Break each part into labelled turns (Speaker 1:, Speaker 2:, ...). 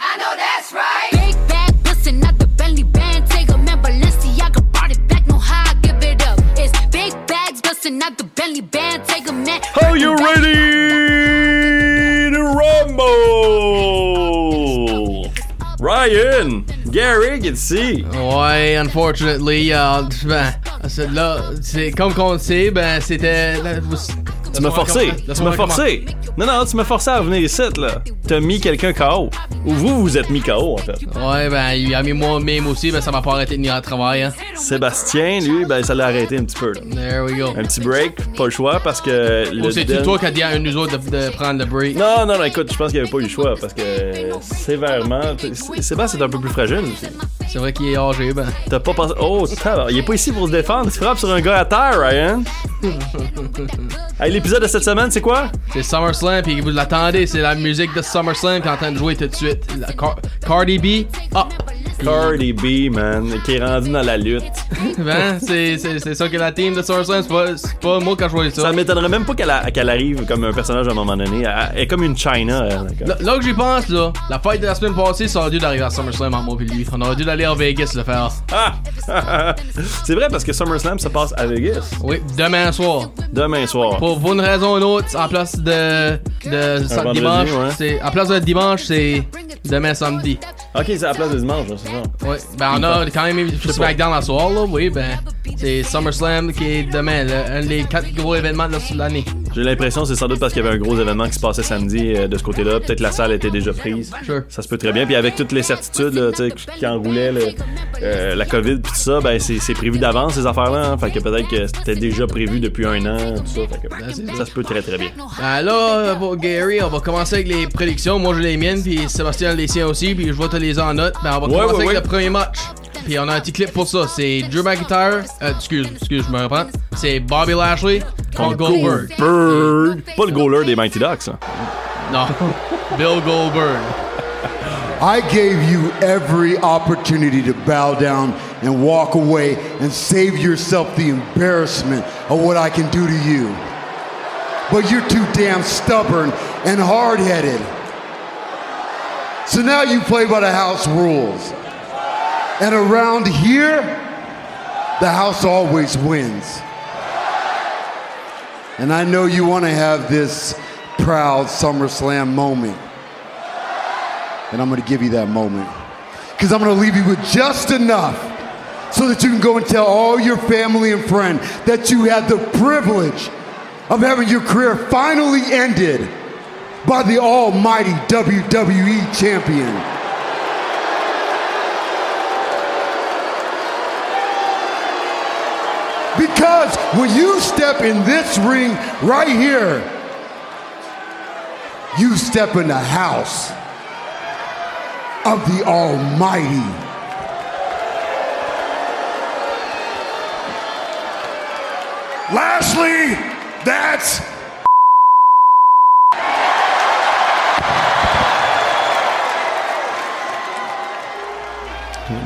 Speaker 1: I know that's right.
Speaker 2: Big bag pussy, not the Bentley band. Take a man, Balenciaga brought it back. No how I give it up. It's big bags busting, not the Bentley band. Take a man.
Speaker 3: Are you ready to rumble? Ryan, Gary, can see.
Speaker 4: Ouais, unfortunately, euh, ben, c'est- là, c'est comme qu'on le sait, ben, c'était. là, vous-
Speaker 3: Tu m'as
Speaker 4: Laisse-moi
Speaker 3: forcé.
Speaker 4: recommencer.
Speaker 3: Tu m'as
Speaker 4: Laisse-moi
Speaker 3: forcé. Non, non, tu m'as forcé à venir ici, là. T'as mis quelqu'un KO. Ou vous, vous êtes mis KO, en fait.
Speaker 4: Ouais, ben, il a mis moi même aussi, ben, ça m'a pas arrêté de venir à travail, hein.
Speaker 3: Sébastien, lui, ben, ça l'a arrêté un petit peu, là.
Speaker 4: There we go.
Speaker 3: Un petit break, pas le choix, parce que.
Speaker 4: Ou
Speaker 3: Le
Speaker 4: c'est-tu
Speaker 3: den-
Speaker 4: Oh, toi qui as dit à un de nous autres de, de prendre le break?
Speaker 3: Non, non, non, écoute, je pense qu'il n'y avait pas eu le choix, parce que. Sévèrement. t- Sé- Sébastien est un peu plus fragile aussi.
Speaker 4: C'est vrai qu'il est âgé, ben.
Speaker 3: T'as pas pensé. Oh, tabar- il est pas ici pour se défendre. Tu frappes sur un gars à terre, Ryan. hey, l'épisode de cette semaine, c'est quoi?
Speaker 4: C'est SummerSlam, puis vous l'attendez, c'est la musique de SummerSlam qui est en train de jouer tout de suite. La Car- Cardi B, Ah, up!
Speaker 3: Cardi B, man, qui est rendu dans la lutte.
Speaker 4: Ben, c'est c'est- c'est ça que la team de SummerSlam, c'est pas, c'est pas moi quand je vois
Speaker 3: Ça m'étonnerait même pas qu'elle a- qu'elle arrive comme un personnage à un moment donné. Elle, elle est comme une China. elle, comme-
Speaker 4: Là, là que j'y pense, là, la fête de la semaine passée, ça aurait dû d'arriver à SummerSlam en moi pis lui. On aurait dû l'aller à Vegas le faire.
Speaker 3: Ah! c'est vrai parce que SummerSlam se passe à Vegas
Speaker 4: Oui, demain soir.
Speaker 3: demain soir.
Speaker 4: Pour pour une raison ou une autre, en place de, de sa-
Speaker 3: vendredi,
Speaker 4: dimanche,
Speaker 3: ouais.
Speaker 4: c'est en place de dimanche, c'est demain samedi.
Speaker 3: Ok, c'est à la place de dimanche, là, c'est ça.
Speaker 4: Oui, ben on a quand même eu SmackDown la soir, là, oui, ben c'est SummerSlam qui est demain, le- un des quatre gros événements de l'année.
Speaker 3: J'ai l'impression que c'est sans doute parce qu'il y avait un gros événement qui se passait samedi euh, de ce côté-là. Peut-être la salle était déjà prise.
Speaker 4: Sure.
Speaker 3: Ça se peut très bien. Puis avec toutes les certitudes là, tu sais, qui enroulaient le- euh, la COVID puis tout ça, ben c'est c'est prévu d'avance ces affaires-là. hein. Fait que peut-être que c'était déjà prévu depuis un an, tout ça. Fait que
Speaker 2: Ben,
Speaker 3: ça se peut très très bien.
Speaker 4: Ben là, pour Gary, on va commencer avec les prédictions. Moi, j'ai les miennes, puis Sébastien a les siens aussi, puis je vois t'as les en note. Ben, on va
Speaker 3: Ouais,
Speaker 4: commencer
Speaker 3: ouais,
Speaker 4: avec
Speaker 3: ouais.
Speaker 4: le premier match. Puis on a un petit clip pour ça. C'est Drew McIntyre, euh, excuse, excuse, je me reprends. C'est Bobby Lashley contre Goldberg.
Speaker 3: Bird. Pas le goaler des Mighty Ducks. hein.
Speaker 4: Non, Bill Goldberg.
Speaker 5: I gave you every opportunity to bow down and walk away and save yourself the embarrassment of what I can do to you. But you're too damn stubborn and hard headed. So now you play by the house rules. And around here, the house always wins. And I know you want to have this proud SummerSlam moment and I'm gonna give you that moment. Because I'm gonna leave you with just enough so that you can go and tell all your family and friend that you had the privilege of having your career finally ended by the almighty WWE champion. Because when you step in this ring right here, you step in the house of the Almighty. Lastly, that's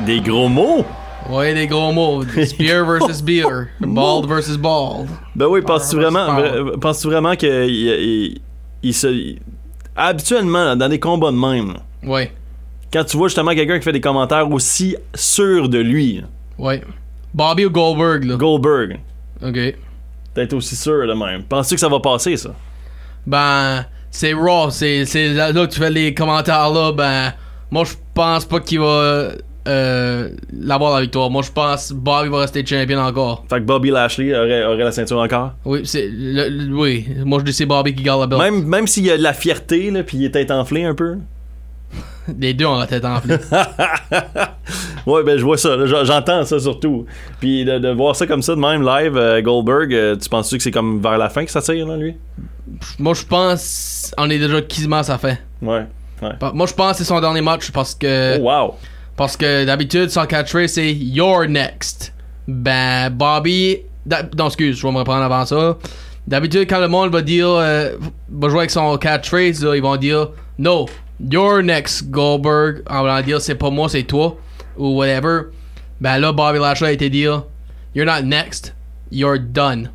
Speaker 3: Des gros mots.
Speaker 4: Ouais, des gros mots. Spear versus beer. Bald versus bald.
Speaker 3: Ben oui, penses-tu vraiment,
Speaker 4: Power.
Speaker 3: vra- penses-tu vraiment que il, il- il se, il- habituellement dans des combats de même,
Speaker 4: Ouais,
Speaker 3: quand tu vois justement quelqu'un qui fait des commentaires aussi sûrs de lui,
Speaker 4: ouais. Bobby ou Goldberg, là.
Speaker 3: Goldberg,
Speaker 4: Ok.
Speaker 3: d'être aussi sûr de même. Penses-tu que ça va passer ça
Speaker 4: Ben, c'est raw, c'est c'est là, là que tu fais les commentaires là, ben, moi je pense pas qu'il va euh, l'avoir la victoire. Moi je pense Bobby va rester champion encore.
Speaker 3: Fait que Bobby Lashley aurait, aurait la ceinture encore.
Speaker 4: Oui, c'est le- le- oui, moi je dis c'est Bobby qui garde la belt.
Speaker 3: Même, même s'il y a de la fierté, là, puis il est tête enflée un peu.
Speaker 4: Les deux ont la tête enflée.
Speaker 3: Ouais, ben je vois ça, là, j- j'entends ça surtout. Puis de, de voir ça comme ça de même live, euh, Goldberg, euh, tu penses-tu que c'est comme vers la fin que ça tire, là, lui
Speaker 4: moi je pense on est déjà quasiment ça fait.
Speaker 3: Ouais. ouais.
Speaker 4: Bah, Moi je pense que c'est son dernier match parce que
Speaker 3: Oh, wow.
Speaker 4: parce que d'habitude son catchphrase c'est you're next. Ben Bobby, d'a- non excuse, je vais me reprendre avant ça. D'habitude, quand le monde va dire, euh, va jouer avec son catchphrase, là, ils vont dire No, you're next, Goldberg. En voulant dire c'est pas moi, c'est toi, ou whatever. Ben là, Bobby Lashley a été dire You're not next, you're done.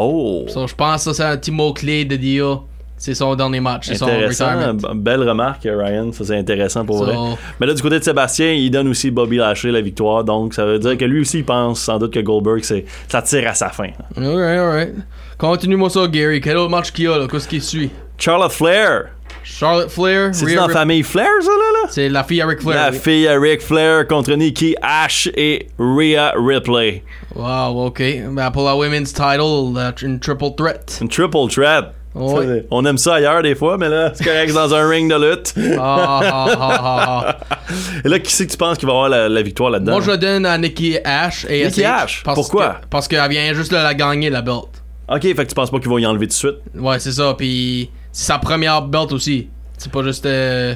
Speaker 3: Oh.
Speaker 4: So, je pense que ça, c'est un petit mot-clé de dire C'est son dernier match. C'est son
Speaker 3: Intéressant,
Speaker 4: retirement.
Speaker 3: b- belle remarque, Ryan. Ça, c'est intéressant pour
Speaker 4: So-
Speaker 3: vrai. Mais là, du côté de Sébastien, il donne aussi Bobby Lashley la victoire. Donc, ça veut dire que lui aussi, il pense sans doute que Goldberg, c'est, ça tire à sa fin.
Speaker 4: Alright, alright. Continue-moi ça, Gary. Quel autre match qu'il y a, là? Qu'est-ce qui suit?
Speaker 3: Charlotte Flair.
Speaker 4: Charlotte Flair.
Speaker 3: C'est-tu
Speaker 4: Rhea
Speaker 3: dans la
Speaker 4: Rip-
Speaker 3: famille Flair, ça, là? là?
Speaker 4: C'est la fille à Ric Flair.
Speaker 3: La
Speaker 4: oui.
Speaker 3: fille à Ric Flair contre Nikki Ash et Rhea Ripley.
Speaker 4: Wow, ok. Ben, pour la women's title, la- une triple threat.
Speaker 3: Une triple threat.
Speaker 4: Ouais.
Speaker 3: Ça, c'est- On aime ça ailleurs des fois, mais là, c'est correct, c'est dans un ring de lutte.
Speaker 4: Ah, ah, ah, ah, ah.
Speaker 3: Et là, qui c'est que tu penses qui va avoir la, la victoire là-dedans?
Speaker 4: Moi, je le donne à Nikki Ash. Et
Speaker 3: Nikki Ash? Pourquoi?
Speaker 4: parce qu'elle vient juste de la gagner, la belt.
Speaker 3: Ok, fait que tu penses pas qu'ils vont y enlever tout de suite?
Speaker 4: Ouais, c'est ça. Puis c'est sa première belt aussi. C'est pas juste euh,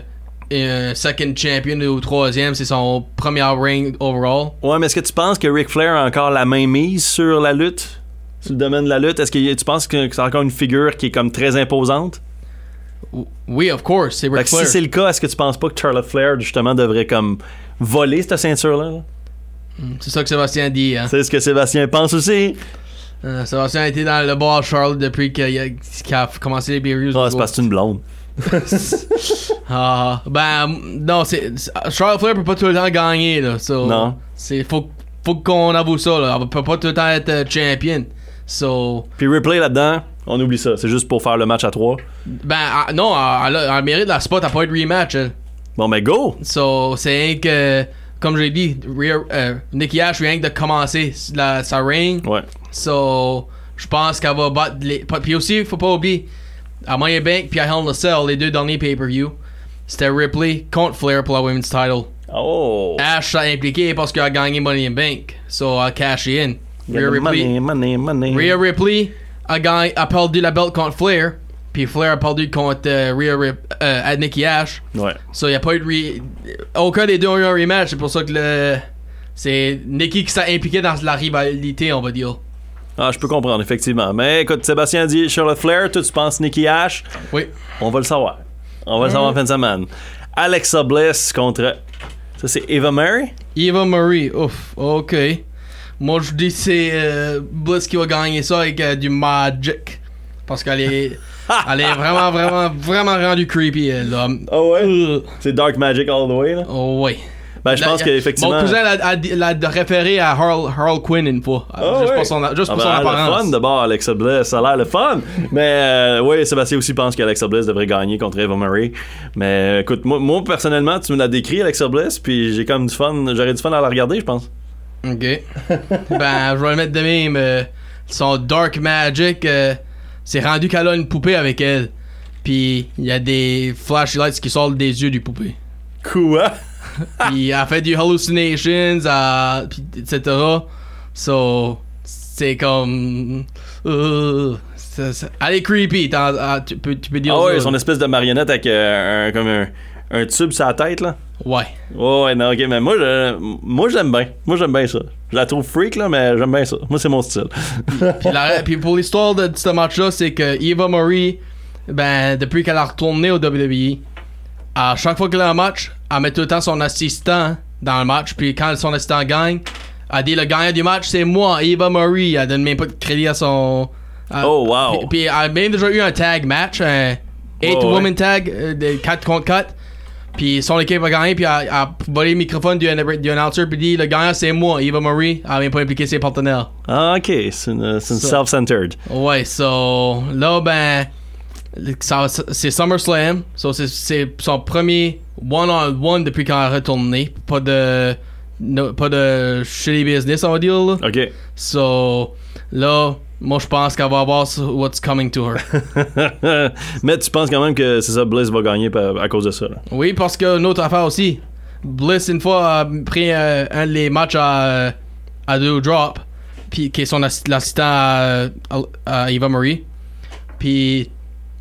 Speaker 4: un second champion ou troisième, c'est son premier ring overall.
Speaker 3: Ouais, mais est-ce que tu penses que Ric Flair a encore la main mise sur la lutte? Sur le domaine de la lutte? Est-ce que tu penses que que c'est encore une figure qui est comme très imposante?
Speaker 4: O- Oui, of course, c'est
Speaker 3: Fait
Speaker 4: Ric
Speaker 3: que
Speaker 4: Flair.
Speaker 3: si c'est le cas, est-ce que tu penses pas que Charlotte Flair, justement, devrait comme voler cette ceinture-là? là?
Speaker 4: c'est ça que Sébastien dit. Hein.
Speaker 3: C'est ce que Sébastien pense aussi. Ah,
Speaker 4: Euh, Sébastien a été dans le bar Charles depuis qu'il a, qu'il a commencé les Beerus.
Speaker 3: Ah, c'est parce que c'est une blonde.
Speaker 4: Ah, ben, non, c'est. c'est- Charles uh, Flair peut pas tout le temps gagner, là. so-
Speaker 3: Non.
Speaker 4: C'est, faut, faut qu'on avoue ça, là. Elle peut pas tout le temps être euh, champion. So.
Speaker 3: Puis Ripley là-dedans, on oublie ça. C'est juste pour faire le match à trois.
Speaker 4: Ben, ah, non, elle, elle, elle mérite la spot, elle a pas eu de rematch, elle.
Speaker 3: Bon, mais go!
Speaker 4: So, c'est rien que. Comme j'ai dit, Rhea- euh, Nikki Ash rien que de commencer la, sa ring.
Speaker 3: Ouais.
Speaker 4: So, je pense qu'elle va battre les. pa- Puis aussi, faut pas oublier, à Money Bank puis à Hell in a Cell, les deux derniers pay-per-view, c'était Ripley contre Flair pour la Women's Title.
Speaker 3: Oh!
Speaker 4: Ash s'est impliquée parce qu'elle a gagné Money in Bank. So, elle a cashé in. Rhea
Speaker 3: Money,
Speaker 4: Ripley,
Speaker 3: money, money.
Speaker 4: Rhea Ripley a, gagné, a perdu la belt contre Flair. Puis Flair a perdu contre euh, Rhea Rip, euh, à Nikki Ash.
Speaker 3: Ouais.
Speaker 4: So, il a pas eu de re- Aucun des deux a eu un rematch. C'est pour ça que le... c'est Nikki qui s'est impliquée dans la rivalité, on va dire.
Speaker 3: Ah, je peux comprendre, effectivement. Mais écoute, Sébastien dit Charlotte Flair, toi tu penses Nikki Ash.
Speaker 4: Oui.
Speaker 3: On va le savoir. On va le savoir en fin de semaine. Alexa Bliss contre. Ça, c'est Eva Mary?
Speaker 4: Eva Marie, ouf, ok. Moi je dis que c'est euh, Bliss qui va gagner ça avec euh, du magic. Parce qu'elle est, elle est vraiment, vraiment, vraiment rendue creepy, elle, là.
Speaker 3: Ah ouais? C'est Dark Magic All the Way, là?
Speaker 4: Oh, ouais.
Speaker 3: Ben, je
Speaker 4: Là,
Speaker 3: pense
Speaker 4: y a-
Speaker 3: qu'effectivement.
Speaker 4: Mon cousin l'a- a dit- l'a référé à Harl, Harl Quinn une fois.
Speaker 3: Ah
Speaker 4: juste
Speaker 3: ouais.
Speaker 4: pour son, juste
Speaker 3: Ah ben,
Speaker 4: pour son
Speaker 3: ça a l'air le
Speaker 4: apparence.
Speaker 3: fun d'abord, Alexa Bliss. Ça a l'air le fun. Mais euh, oui, Sébastien aussi pense qu'Alexa Bliss devrait gagner contre Eva Murray. Mais euh, écoute, moi, moi, personnellement, tu me l'as décrit, Alexa Bliss, puis j'ai comme du fun. J'aurais du fun à la regarder, je pense.
Speaker 4: Ok. ben, je vais le mettre de même. euh, son Dark Magic, euh, c'est rendu qu'elle a une poupée avec elle. Puis il y a des flashlights qui sortent des yeux du poupée.
Speaker 3: Quoi?
Speaker 4: Puis elle fait du hallucinations, euh, puis etc. So, c'est comme. Euh, ça- ça- elle est creepy, t'en- ah, tu, peux, tu peux dire.
Speaker 3: Ah
Speaker 4: ça,
Speaker 3: ouais,
Speaker 4: là.
Speaker 3: son espèce de marionnette avec euh, un, comme un, un tube sur la tête, là.
Speaker 4: Ouais.
Speaker 3: Ouais, ouais, non, ok, mais moi, je, moi, j'aime bien. Moi, j'aime bien ça. Je la trouve freak, là, mais j'aime bien ça. Moi, c'est mon style.
Speaker 4: Puis, la- puis pour l'histoire de ce match-là, c'est que Eva Marie, ben, depuis qu'elle a retourné au WWE, à chaque fois qu'elle a un match, elle met tout le temps son assistant dans le match. Puis quand son assistant gagne, elle dit le gagnant du match, c'est moi, Eva Marie. Elle donne même pas de crédit à son. à-
Speaker 3: Oh, wow.
Speaker 4: Puis, puis elle a même déjà eu un tag match, un 8
Speaker 3: Ouais, ouais.
Speaker 4: woman tag euh, de 4 contre 4. Puis son équipe a gagné, puis elle a volé le uh, microphone du, du announcer, puis dit le gagnant c'est moi, uh, Eva Marie. uh, Elle a même pas impliqué ses partenaires.
Speaker 3: Ah, ok, c'est une, c'est une
Speaker 4: Ça.
Speaker 3: self-centered.
Speaker 4: Ouais, Oh, so là, ben, ça- c'est SummerSlam. So, c'est- c'est son premier one-on-one depuis qu'elle a retourné. Pas de. no- pas de shitty business, on va dire. Là.
Speaker 3: Ok.
Speaker 4: So, là, moi, je pense qu'elle va avoir ce- what's coming to her.
Speaker 3: mais tu penses quand même que c'est ça, Bliss va gagner par- à cause de ça, là.
Speaker 4: oui, parce que une autre affaire aussi. Bliss, une fois, a pris euh, un des matchs à, euh, à deux drop, puis qui est son assi- l'assistant à, à- à Eva Marie. Puis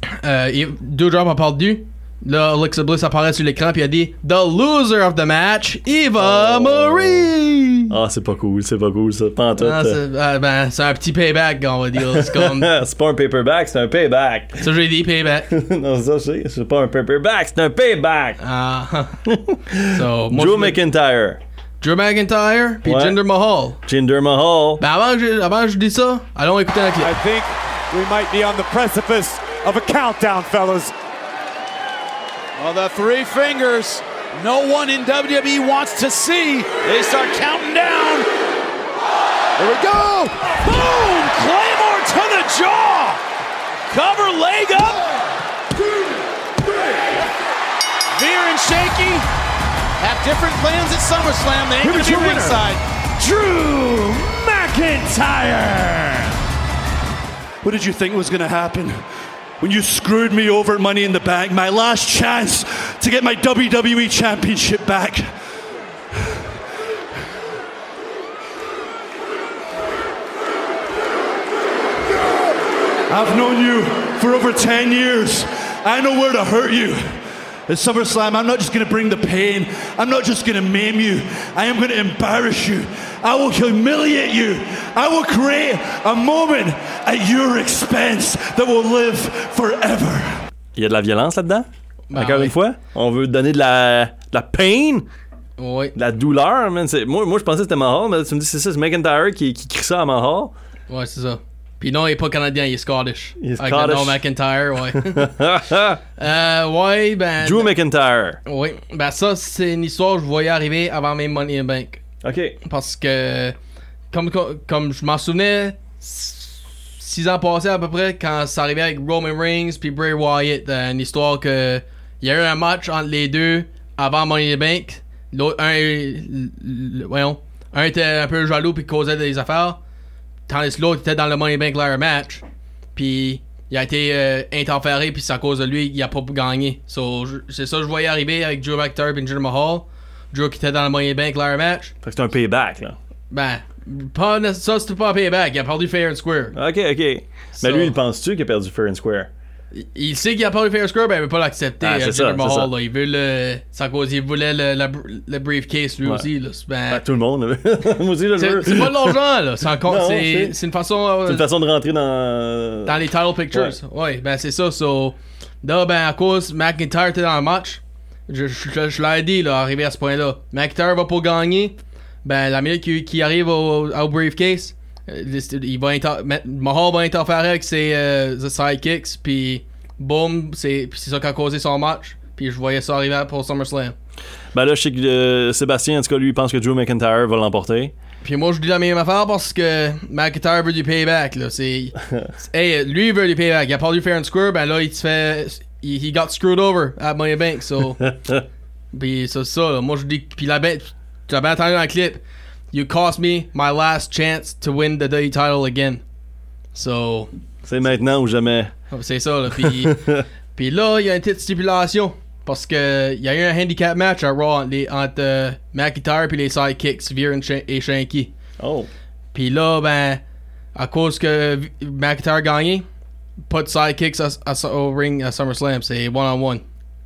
Speaker 4: euh, deux drop a perdu. Là, Alexa Bliss apparaît sur l'écran puis a dit The loser of the match, Eva
Speaker 3: Oh.
Speaker 4: Marie.
Speaker 3: Ah, c'est pas cool, c'est pas cool, ça. Pas en tout.
Speaker 4: Ah,
Speaker 3: euh.
Speaker 4: c'est ah, ben, c'est un petit payback, on va dire. C'est comme
Speaker 3: Ah, c'est pas un paperback, c'est un payback.
Speaker 4: ça, j'ai dit payback.
Speaker 3: non, ça, c'est, c'est pas un paperback, c'est un payback.
Speaker 4: Ah. so, moi,
Speaker 3: Drew
Speaker 4: je-
Speaker 3: McIntyre,
Speaker 4: Drew McIntyre puis
Speaker 3: Ouais.
Speaker 4: Jinder Mahal.
Speaker 3: Jinder Mahal.
Speaker 4: Bah. Ben avant que je, avant que je dise ça, allons écouter la clip.
Speaker 1: I think we might be on the precipice of a countdown, fellas.
Speaker 6: Well, the three fingers, no one in WWE wants to see. They start counting down. Here we go. Boom! Claymore to the jaw. Cover leg up. Veer and Shaky have different plans at SummerSlam. They ain't
Speaker 1: Here
Speaker 6: going
Speaker 1: is
Speaker 6: to be
Speaker 1: your winner.
Speaker 6: ringside.
Speaker 1: Drew McIntyre.
Speaker 7: What did you think was going to happen? When you screwed me over at Money in the Bank, my last chance to get my WWE Championship back. I've known you for over 10 years. I know where to hurt you. At SummerSlam, I'm not just going to bring the pain. I'm not just going to maim you. I am going to embarrass you. I will humiliate you. I will create a moment at your expense that will live forever.
Speaker 3: Il y a de la violence là-dedans?
Speaker 4: Ben
Speaker 3: Encore
Speaker 4: oui.
Speaker 3: une fois, on veut donner de la, de la peine,
Speaker 4: Oui,
Speaker 3: de la douleur, man. C'est- Moi, moi, je pensais que c'était Mahal, mais là, tu me dis c'est ça, c'est McIntyre qui, qui crie ça à Mahal.
Speaker 4: ouais, c'est ça. Puis non, il est pas canadien, il est scottish.
Speaker 3: Il est
Speaker 4: Avec le nom
Speaker 3: Scottish.
Speaker 4: McIntyre, ouais.
Speaker 3: Ah, ah,
Speaker 4: euh, ouais, ben.
Speaker 3: Drew McIntyre.
Speaker 4: Oui, ben ça, c'est une histoire que je voyais arriver avant même Money in the Bank.
Speaker 3: OK.
Speaker 4: Parce que, comme, comme- comme je m'en souvenais, 6 ans passés à peu près, quand ça arrivait avec Roman Reigns puis Bray Wyatt, euh, une histoire que il y a eu un match entre les deux avant Money in the Bank. L'autre, un, l- l- voyons, un était un peu jaloux puis causait des affaires, tandis que l'autre était dans le Money in the Bank ladder match. Puis il a été euh, interféré, puis c'est à cause de lui qu'il a pas gagné. So, je- c'est ça que je voyais arriver avec Drew McIntyre et Jinder Mahal. Drew qui était dans le Money in the Bank ladder match.
Speaker 3: Fait que c'est un payback, là.
Speaker 4: Ben, pas nécess- ça c'était pas un payback, il a perdu fair and square.
Speaker 3: OK, OK.
Speaker 4: Ça.
Speaker 3: Mais lui, il pense-tu qu'il a perdu Fair and Square?
Speaker 4: Il sait qu'il a perdu fair and square, ben il veut pas l'accepter.
Speaker 3: Ah,
Speaker 4: euh,
Speaker 3: c'est
Speaker 4: Jinder
Speaker 3: ça, c'est
Speaker 4: Mahal,
Speaker 3: ça.
Speaker 4: là, il veut le. C'est à cause, il voulait le, la br- le briefcase lui
Speaker 3: Ouais.
Speaker 4: aussi, là. C'est- Ben,
Speaker 3: Ah, tout le monde. là. Moi aussi, là, je
Speaker 4: c'est
Speaker 3: veux.
Speaker 4: c'est pas de l'argent, là. C'est encore.
Speaker 3: Non,
Speaker 4: c'est,
Speaker 3: c'est-
Speaker 4: c'est une façon. euh,
Speaker 3: C'est une façon de rentrer dans.
Speaker 4: Dans les title pictures. Ouais, ben c'est ça. So, là, ben à cause McIntyre était dans le match, je, je, je- je l'ai dit, là, arrivé à ce point-là. McIntyre va pas gagner. Ben la minute qui, arrive au, au briefcase, euh, il va inter- Ma- Mahal va interférer avec ses euh, ses sidekicks, puis boum, c'est puis c'est ça qui a causé son match. Puis je voyais ça arriver pour SummerSlam.
Speaker 3: Ben là, je sais que euh, Sébastien, en tout cas, lui, il pense que Drew McIntyre va l'emporter.
Speaker 4: Puis moi, je dis la même affaire parce que McIntyre veut du payback, là. C'est. hey, lui, il veut du payback. Il a perdu fair and square, ben là, il se fait. He, he got screwed over at Money in the Bank, so. Puis c'est ça, là. Moi, je dis. Puis la bête. Tu l'as bien entendu dans le clip. You cost me my last chance to win the day title again. So.
Speaker 3: C'est maintenant ou jamais.
Speaker 4: C'est ça, là. Puis, puis là, il y a une petite stipulation. Parce que il y a eu un handicap match à Raw entre, les- entre, euh, McIntyre puis les sidekicks, Veer and Shan- et Shanky.
Speaker 3: Oh.
Speaker 4: Puis là, ben, à cause que V- McIntyre a gagné, pas de sidekicks à, à- au ring à SummerSlam, c'est one-on-one.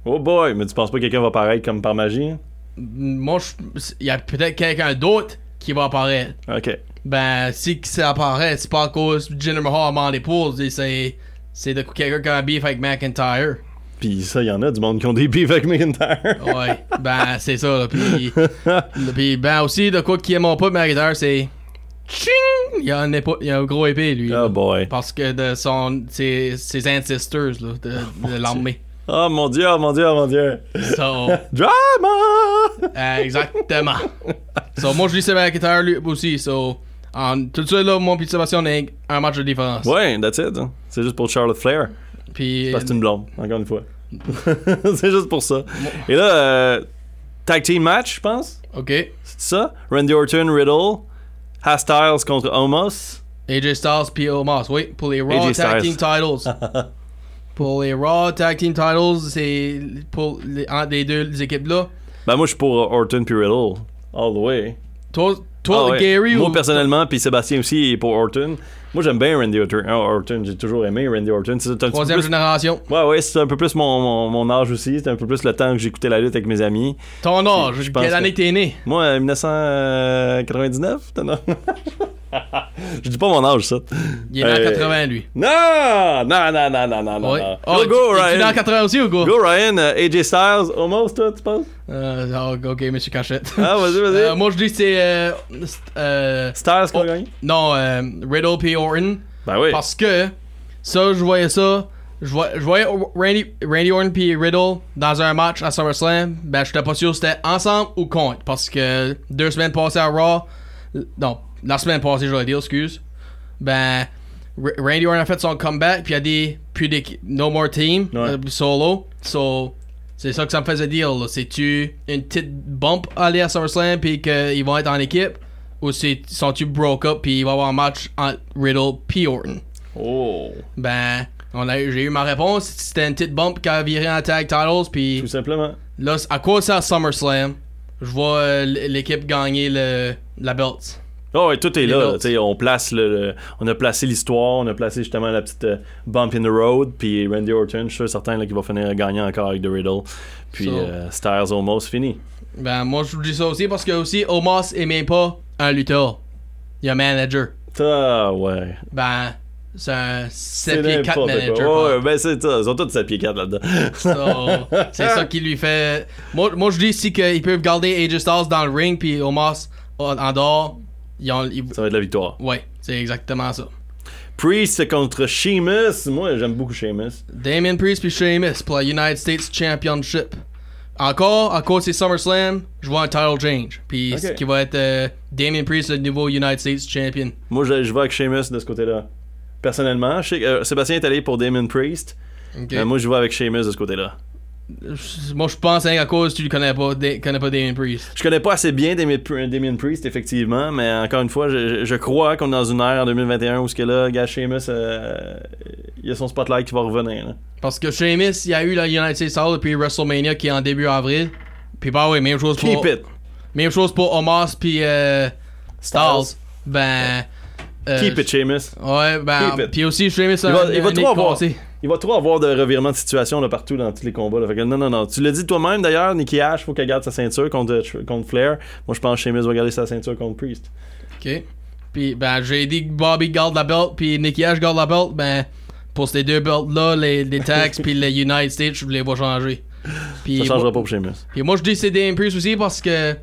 Speaker 3: Oh boy, mais tu penses pas que quelqu'un va paraître comme par magie? hein?
Speaker 4: Moi, je- il y a peut-être quelqu'un d'autre qui va apparaître.
Speaker 3: Ok.
Speaker 4: Ben, si que ça apparaît, c'est pas à cause de Jinder Mahal à Monday Pools, et c'est c'est de quelqu'un qui a un beef avec McIntyre.
Speaker 3: Pis ça, y en a du monde qui ont des beefs avec McIntyre.
Speaker 4: Ouais, ben, c'est ça, là. Puis, le- puis, ben, aussi, de quoi qui aiment pas McIntyre, c'est. Ching! Il y a un, épa- il y a un gros épée, lui. là.
Speaker 3: Oh boy.
Speaker 4: Parce que de son, ses, ses ancestors là, de, de l'armée.
Speaker 3: Oh mon dieu, oh mon dieu, oh mon dieu.
Speaker 4: So,
Speaker 3: Drama!
Speaker 4: euh, exactement. So, moi, je dis Sébastien McIntyre, lui aussi. So, en, tout ça, là, moi, puis Sébastien, on a un match de différence.
Speaker 3: Ouais, that's it. hein. C'est juste pour Charlotte Flair.
Speaker 4: Puis,
Speaker 3: Parce que c'est une blonde, encore une fois. c'est juste pour ça. Et là, euh, tag team match, je pense.
Speaker 4: OK.
Speaker 3: C'est ça? Randy Orton, Riddle, Hastiles contre Omos.
Speaker 4: AJ Styles, puis Omos. Oui, pour les Raw
Speaker 3: AJ
Speaker 4: Tag Team
Speaker 3: Styles.
Speaker 4: Titles. pour les Raw Tag Team Titles, c'est pour les, entre les deux équipes-là.
Speaker 3: Ben moi, je suis pour Orton puis Riddle. All the way.
Speaker 4: Toi, toi
Speaker 3: Ah ouais.
Speaker 4: Gary,
Speaker 3: Moi,
Speaker 4: ou...
Speaker 3: personnellement, puis Sébastien aussi est pour Orton. Moi, j'aime bien Randy Orton. Oh, Orton, j'ai toujours aimé Randy Orton. C'est un petit peu
Speaker 4: troisième
Speaker 3: plus-
Speaker 4: génération.
Speaker 3: Ouais, ouais, c'est un peu plus mon, mon, mon âge aussi. C'est un peu plus le temps que j'écoutais la lutte avec mes amis.
Speaker 4: Ton âge,
Speaker 3: je pense
Speaker 4: quelle
Speaker 3: que-
Speaker 4: année t'es né?
Speaker 3: Moi, euh, 1999, t'en as- Je dis pas mon âge, ça.
Speaker 4: Il est né en
Speaker 3: Euh,
Speaker 4: 80, lui.
Speaker 3: Non! Non, non, non, non, non, non.
Speaker 4: Ouais.
Speaker 3: non.
Speaker 4: Oh,
Speaker 3: Go, go,
Speaker 4: tu- tu es né en
Speaker 3: Ryan.
Speaker 4: 80 aussi ou quoi?
Speaker 3: Go, Ryan. euh, AJ Styles, almost, toi, tu penses?
Speaker 4: Euh, ah, ok, monsieur Cachette.
Speaker 3: Ah, vas-y, vas-y.
Speaker 4: Euh, moi, je dis que c'est. Euh, euh,
Speaker 3: Styles qui
Speaker 4: oh,
Speaker 3: a gagné?
Speaker 4: non, euh, Riddle puis Orton.
Speaker 3: Ben oui.
Speaker 4: Parce que ça, je voyais ça Je, vois- je voyais Randy, Randy Orton puis Riddle dans un match à SummerSlam. Ben, j'étais pas sûr si c'était ensemble ou contre. Parce que deux semaines passées à Raw, euh, non, la semaine passée, j'aurais dit, excuse. Ben, R- Randy Orton a fait son comeback, puis il a dit, plus des No More Team,
Speaker 3: Ouais.
Speaker 4: euh, solo. So, c'est ça que ça me faisait dire. là. C'est-tu une petite bump aller à SummerSlam, puis qu'ils vont être en équipe? Ou c'est- sont-tu broke up, puis il va y avoir un match entre Riddle puis Orton?
Speaker 3: Oh.
Speaker 4: Ben, on a, eu- j'ai eu ma réponse. C'était une petite bump qui a viré en tag titles. Puis
Speaker 3: Tout simplement.
Speaker 4: là, à quoi ça à SummerSlam Je vois euh, l- l'équipe gagner le, la belt.
Speaker 3: Oh, ouais, tout est là.
Speaker 4: belts.
Speaker 3: là, tu sais, on place le, le- on a placé l'histoire, on a placé justement la petite euh, bump in the road, puis Randy Orton, je suis sûr certain là, qu'il va finir gagnant encore avec The Riddle, puis
Speaker 4: So-
Speaker 3: euh, Styles almost fini.
Speaker 4: Ben, moi, je vous dis ça aussi parce que aussi, Omos aimait pas un lutteur. Il y a un manager.
Speaker 3: Ah ouais.
Speaker 4: Ben, c'est un
Speaker 3: C'est
Speaker 4: 7 pieds 4
Speaker 3: n'importe
Speaker 4: manager.
Speaker 3: quoi.
Speaker 4: pas.
Speaker 3: Ouais, ben c'est ça. Ils ont tous 7 pieds 4 là-dedans.
Speaker 4: So, c'est ça qui lui fait. Moi, moi je dis ici qu'ils peuvent garder AJ Styles dans le ring, puis Omos en, en dehors. Ils ont, ils-
Speaker 3: ça va être la victoire.
Speaker 4: Ouais, c'est exactement ça.
Speaker 3: Priest contre Sheamus. Moi, j'aime beaucoup Sheamus.
Speaker 4: Damien Priest puis Sheamus pour la United States Championship. Encore, à cause c'est SummerSlam, je vois un title change. Puis
Speaker 3: Ok.
Speaker 4: ce qui va être euh, Damien Priest, le nouveau United States Champion.
Speaker 3: Moi, je, je vais avec Sheamus de ce côté-là. Personnellement, je sais que, euh, Sébastien est allé pour Damon Priest.
Speaker 4: Ok.
Speaker 3: mais
Speaker 4: moi,
Speaker 3: moi, je vais avec Sheamus de ce côté-là.
Speaker 4: je pense hein, à cause tu le connais pas, Da- connais pas Damien Priest.
Speaker 3: Je connais pas assez bien Damien, Pri- Damien Priest, effectivement, mais encore une fois, je, je- je crois qu'on est dans une ère en 2021 où ce que là, gars, Sheamus, euh, il y a son spotlight qui va revenir. là.
Speaker 4: Parce que Sheamus, il y a eu la United States Title depuis WrestleMania qui est en début avril. Puis bah oui, même chose pour
Speaker 3: Keep it.
Speaker 4: même chose pour Omos puis euh, Styles.
Speaker 3: Styles.
Speaker 4: Ben euh,
Speaker 3: Keep it, Sheamus.
Speaker 4: Ouais, ben
Speaker 3: Keep it.
Speaker 4: puis aussi Sheamus
Speaker 3: Il
Speaker 4: a
Speaker 3: va,
Speaker 4: un-
Speaker 3: il va
Speaker 4: un
Speaker 3: trop
Speaker 4: nez
Speaker 3: avoir,
Speaker 4: cassé.
Speaker 3: il va trop avoir de revirements de situation là, partout dans tous les combats. là. Fait que non, non, non. Tu l'as dit toi-même d'ailleurs, Nikki Ash, faut qu'elle garde sa ceinture contre, contre Flair. Moi, je pense que Sheamus va garder sa ceinture contre Priest.
Speaker 4: OK. Puis, ben, j'ai dit que Bobby garde la belt, puis Nicky Ash garde la belt. Ben, pour ces deux belts-là, les, les taxes, puis les United States, je les vois changer. Puis,
Speaker 3: Ça changera
Speaker 4: moi-
Speaker 3: pas pour Sheamus.
Speaker 4: Puis moi, je dis que c'est Damien Priest aussi parce que.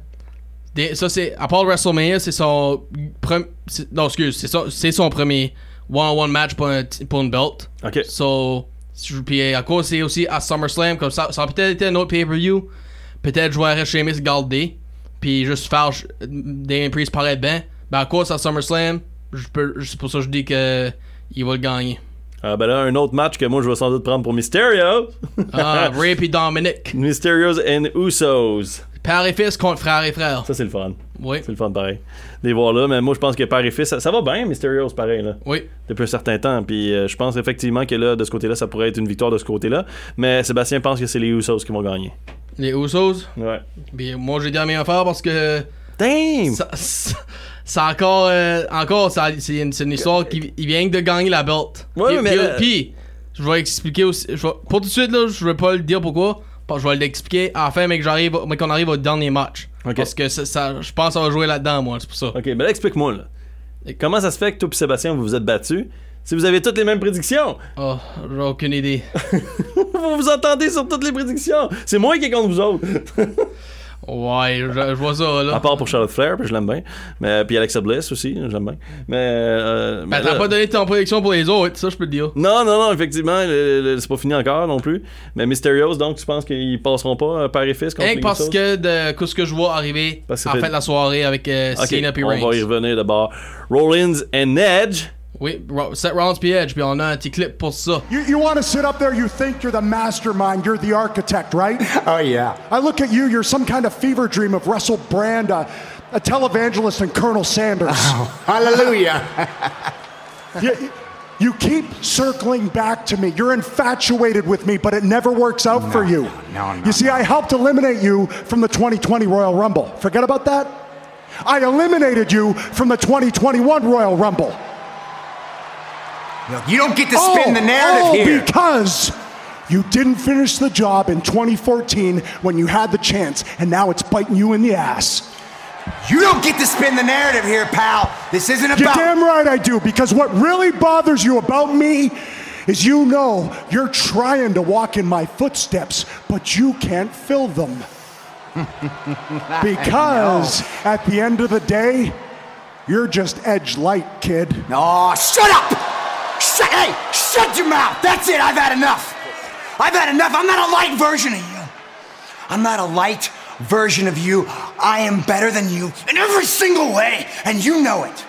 Speaker 4: des- ça, c'est. À part WrestleMania, c'est son. prem- c'est- non, excuse, c'est son, c'est son premier one-on-one match pour, un t- pour une belt.
Speaker 3: Ok.
Speaker 4: So, si je- puis à cause, c'est aussi à SummerSlam, comme ça, ça a peut-être été un autre pay-per-view. Peut-être je verrais Sheamus garder, puis juste faire ch- Damien Priest paraître bien. Ben à cause à SummerSlam, je peux- c'est pour ça que je dis que il va le gagner.
Speaker 3: Ah, ben là, un autre match que moi, je vais sans doute prendre pour Mysterio.
Speaker 4: Ah, Ray puis Dominic.
Speaker 3: Mysterios and Usos.
Speaker 4: Père et fils contre frère et frère.
Speaker 3: Ça, c'est le fun.
Speaker 4: Oui.
Speaker 3: C'est le fun, pareil. De les voir là, mais moi, je pense que père et fils, ça, ça va bien, Mysterios, pareil, là.
Speaker 4: Oui.
Speaker 3: Depuis un certain temps. Puis euh, je pense effectivement que là, de ce côté-là, ça pourrait être une victoire de ce côté-là. Mais Sébastien pense que c'est les Usos qui vont gagner.
Speaker 4: Les Usos.
Speaker 3: Ouais.
Speaker 4: Puis moi, j'ai dit la même affaire parce que.
Speaker 3: Damn!
Speaker 4: Ça, ça- ça encore, euh, encore ça- c'est une, c'est une histoire qui il vient que de gagner la belt.
Speaker 3: Ouais,
Speaker 4: Puis-
Speaker 3: mais
Speaker 4: puis,
Speaker 3: la-
Speaker 4: puis, je vais expliquer aussi. je vais- pour tout de suite, là, je vais pas le dire pourquoi. parce que Je vais l'expliquer à la fin, mais que j'arrive- mais qu'on arrive au dernier match.
Speaker 3: Ok.
Speaker 4: Parce que ça, ça- je pense que ça va jouer là-dedans, moi, c'est pour ça.
Speaker 3: Ok, ben là, explique-moi, là. Et Comment ça se fait que toi et Sébastien, vous vous êtes battus si vous avez toutes les mêmes prédictions?
Speaker 4: Oh, j'ai aucune idée.
Speaker 3: Vous vous entendez sur toutes les prédictions! C'est moi qui est contre vous autres!
Speaker 4: Ouais, je, je vois ça, là.
Speaker 3: À part pour Charlotte Flair, puis je l'aime bien. Mais, puis Alexa Bliss aussi, je l'aime bien. Mais. euh,
Speaker 4: Ben,
Speaker 3: mais
Speaker 4: t'as
Speaker 3: là-
Speaker 4: pas donné ton prédiction pour les autres, ça, je peux te dire.
Speaker 3: Non, non, non, effectivement, le- le- c'est pas fini encore non plus. Mais Mysterios, donc, tu penses qu'ils passeront pas euh, par et fils contre
Speaker 4: Rien
Speaker 3: les
Speaker 4: que parce
Speaker 3: Usos?
Speaker 4: que de que ce que je vois arriver en
Speaker 3: Parce que
Speaker 4: fin
Speaker 3: fait-
Speaker 4: de la soirée avec euh,
Speaker 3: Ok,
Speaker 4: Cena puis
Speaker 3: on va y
Speaker 4: Reigns.
Speaker 3: revenir d'abord. Rollins and Edge.
Speaker 4: Oui, Ro- Seth Rollins puis Edge, puis on a un petit clip pour ça.
Speaker 1: You, you want to sit up there, you think you're the mastermind, you're the architect, right?
Speaker 8: Oh, yeah.
Speaker 1: I look at you, you're some kind of fever dream of Russell Brand, a, a televangelist, and Colonel Sanders.
Speaker 8: Oh, Hallelujah.
Speaker 1: you, you keep circling back to me. You're infatuated with me, but it never works out for you.
Speaker 8: no, no,
Speaker 1: You see,
Speaker 8: no.
Speaker 1: I helped eliminate you from the 2020 Royal Rumble. Forget about that? I eliminated you from the 2021 Royal Rumble.
Speaker 8: you don't get to spin the narrative
Speaker 1: oh,
Speaker 8: here.
Speaker 1: because you didn't finish the job in 2014 when you had the chance, and now it's biting you in the ass.
Speaker 8: you don't get to spin the narrative here, pal. This isn't
Speaker 1: You're
Speaker 8: about.
Speaker 1: damn right I do, because what really bothers you about me is you know you're trying to walk in my footsteps, but you can't fill them. because at the end of the day, you're just edge light, kid.
Speaker 8: oh, shut up. Shut, hey, shut Shut your mouth. That's it. I've had enough. I've had enough. I'm not a light version of you. I'm not a light version of you. I am better than you in every single way, and you know it.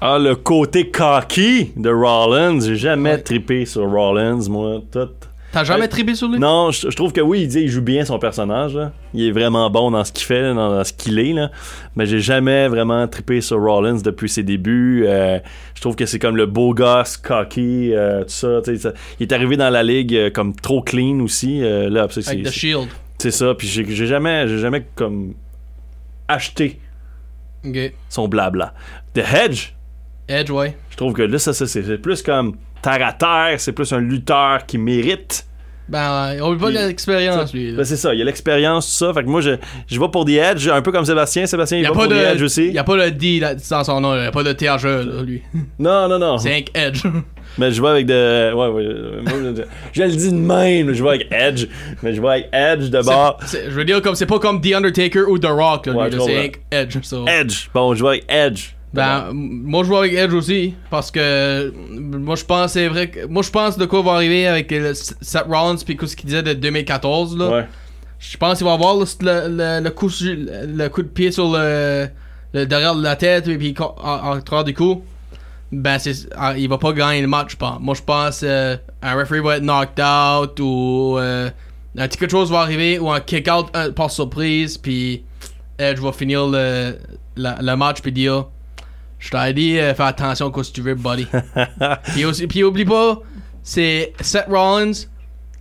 Speaker 3: Ah, le côté cocky de Rollins. J'ai jamais trippé sur Rollins, moi. Tout.
Speaker 4: T'as jamais
Speaker 3: Hey.
Speaker 4: tripé sur lui?
Speaker 3: Euh, Non, je, je trouve que oui, il dit il joue bien son personnage. là. Il est vraiment bon dans ce qu'il fait, là, dans, dans ce qu'il est. Là. Mais j'ai jamais vraiment trippé sur Rollins depuis ses débuts. Euh, je trouve que c'est comme le beau gosse, cocky, euh, tout ça, tu sais, ça. Il est arrivé dans la ligue euh, comme trop clean aussi. euh, là, après ça,
Speaker 4: Avec
Speaker 3: c'est-
Speaker 4: The Shield.
Speaker 3: c'est ça. Puis j'ai j'ai jamais, j'ai jamais comme acheté
Speaker 4: Ok.
Speaker 3: son blabla. The Hedge,
Speaker 4: Edge, ouais.
Speaker 3: je trouve que là, ça, ça, c'est c'est plus comme terre à terre. C'est plus un lutteur qui mérite.
Speaker 4: Ben, on oublie pas
Speaker 3: Puis-
Speaker 4: l'expérience,
Speaker 3: Ça,
Speaker 4: lui. là.
Speaker 3: ben, c'est ça, il y a l'expérience, tout ça. Fait que moi, je, je vais pour The Edge, un peu comme Sébastien. Sébastien, il
Speaker 4: Y a
Speaker 3: va
Speaker 4: pas
Speaker 3: pour The Edge
Speaker 4: de.
Speaker 3: aussi.
Speaker 4: Y a pas le D là, dans son nom, là. Y a pas de THE, là, lui.
Speaker 3: Non, non, non.
Speaker 4: C'est un Edge.
Speaker 3: Mais je vais avec de. Ouais, ouais, euh, moi, je- je le dis de même, je vais avec Edge. Mais je vais avec Edge de bord.
Speaker 4: C'est- c'est- Je veux dire, comme c'est pas comme The Undertaker ou The Rock, là,
Speaker 3: Ouais,
Speaker 4: lui,
Speaker 3: je
Speaker 4: là, c'est
Speaker 3: comprends.
Speaker 4: un Edge. so.
Speaker 3: Edge. Bon, je vais avec Edge.
Speaker 4: Ben, m- moi je joue avec Edge aussi, parce que euh, moi je pense, c'est vrai, que, moi je pense de quoi va arriver avec euh, le S- Seth Rollins puis ce qu'il disait de 2014, là.
Speaker 3: Ouais.
Speaker 4: Je pense qu'il va avoir le, le- le coup, sur- le coup de pied sur le, le- derrière la tête et puis co- en, en travers du cou. Ben, c'est, ah, il va pas gagner le match, je pense. Moi, je pense euh, un referee va être knocked out ou euh, un petit quelque chose va arriver ou un kick-out euh, par surprise. Puis Edge va finir le, la- le match puis dire Je t'ai dit, euh, fais attention à ce que tu veux, buddy. puis, aussi, puis oublie pas, c'est Seth Rollins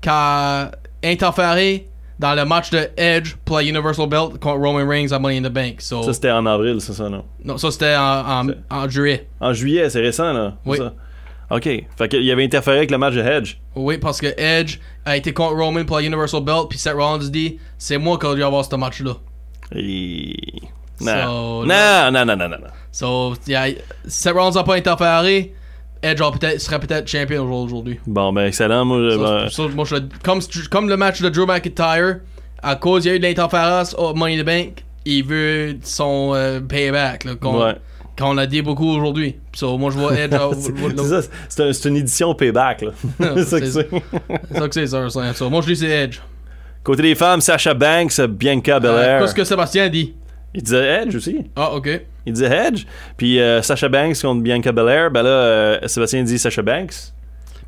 Speaker 4: qui a interféré dans le match de Edge pour la Universal Belt contre Roman Reigns à Money in the Bank. So-
Speaker 3: Ça, c'était en avril, c'est ça, non?
Speaker 4: non, ça c'était en, en, en juillet.
Speaker 3: En juillet, c'est récent, là. c'est
Speaker 4: Oui.
Speaker 3: ça? Ok. Fait qu'il avait interféré avec le match de Edge.
Speaker 4: Oui, parce que Edge a été contre Roman pour la Universal Belt, puis Seth Rollins dit c'est moi qui aurais dû avoir ce match-là.
Speaker 3: Et.
Speaker 4: So,
Speaker 3: Non. non, non, non, non, non, non.
Speaker 4: So, yeah, Seth Rollins n'a pas interféré. Edge aura peut-être- serait peut-être champion aujourd'hui.
Speaker 3: Bon, ben, excellent. Moi, je-
Speaker 4: Ça,
Speaker 3: ben,
Speaker 4: ça, moi, je- comme, comme le match de Drew McIntyre, à cause il y a eu de l'interférence au Money in the Bank, il veut son euh, payback, là, qu'on
Speaker 3: Ouais.
Speaker 4: qu'on a dit beaucoup aujourd'hui. So, moi, je vois Edge. euh,
Speaker 3: c'est-
Speaker 4: le-
Speaker 3: ben,
Speaker 4: Ah,
Speaker 3: c'est ça, c'est un- c'est une édition payback, là. c'est ça que
Speaker 4: c'est-
Speaker 3: c'est.
Speaker 4: c'est ça que c'est, ça, ça. So, moi, je dis c'est Edge.
Speaker 3: Côté des femmes, Sasha Banks, Bianca
Speaker 4: Euh,
Speaker 3: Belair.
Speaker 4: Qu'est-ce que Sébastien dit
Speaker 3: Il disait Edge aussi.
Speaker 4: Ah, ok.
Speaker 3: Il disait Edge. Puis euh, Sasha Banks contre Bianca Belair. Ben là, euh, Sébastien dit Sasha Banks.